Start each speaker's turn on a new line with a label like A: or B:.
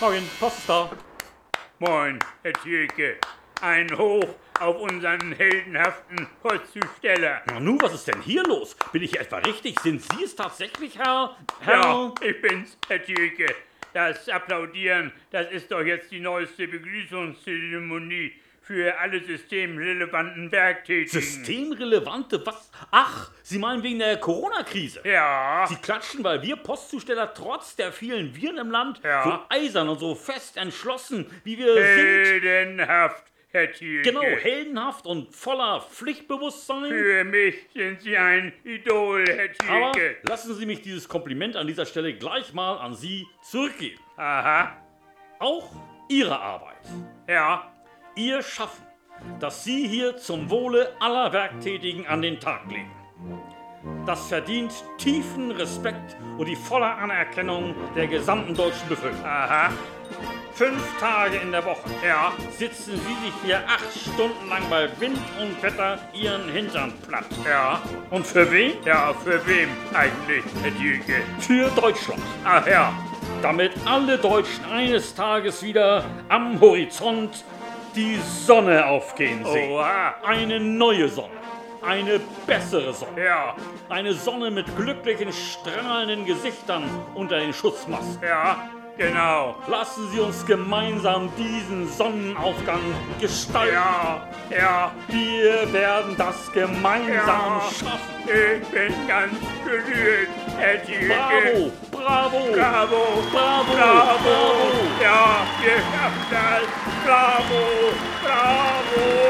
A: Morgen, Post ist da.
B: Moin, Herr Tierke. Ein Hoch auf unseren heldenhaften Postzusteller.
A: Na nun, was ist denn hier los? Bin ich etwa richtig? Sind Sie es tatsächlich, Herr? Herr?
B: Ja, ich bin's, Herr Tierke. Das Applaudieren, das ist doch jetzt die neueste Begrüßungszeremonie für alle systemrelevanten Werktätigen.
A: Systemrelevante, was? Ach, Sie meinen wegen der Corona-Krise.
B: Ja,
A: Sie klatschen, weil wir Postzusteller trotz der vielen Viren im Land
B: Ja.
A: so eisern und so fest entschlossen, wie wir sind.
B: heldenhaft, Herr Tierke.
A: Genau, heldenhaft und voller Pflichtbewusstsein.
B: Für mich sind Sie ein Idol, Herr
A: Aber
B: Tierke.
A: lassen Sie mich dieses Kompliment an dieser Stelle gleich mal an Sie zurückgeben.
B: Aha,
A: Auch Ihre Arbeit,
B: ja,
A: Ihr Schaffen, das Sie hier zum Wohle aller Werktätigen an den Tag legen. Das verdient tiefen Respekt und die volle Anerkennung der gesamten deutschen Bevölkerung.
B: aha,
A: Fünf Tage in der Woche
B: ja,
A: sitzen Sie sich hier acht Stunden lang bei Wind und Wetter Ihren Hintern platt.
B: ja.
A: Und für wen?
B: Ja, für wem eigentlich, Herr Tierke?
A: Für Deutschland.
B: Ach Ah, ja,
A: Damit alle Deutschen eines Tages wieder am Horizont die Sonne aufgehen
B: Oh,
A: sehen.
B: oha,
A: Eine neue Sonne. Eine bessere Sonne.
B: ja,
A: Eine Sonne mit glücklichen, strahlenden Gesichtern unter den Schutzmasken.
B: ja, genau.
A: Lassen Sie uns gemeinsam diesen Sonnenaufgang gestalten.
B: Ja, ja,
A: Wir werden das gemeinsam
B: Ja.
A: schaffen.
B: ich bin ganz gerührt, Herr Tierke.
A: Bravo, bravo,
B: Bravo,
A: bravo,
B: bravo,
A: bravo.
B: ja, wir schaffen das. Bravo, bravo.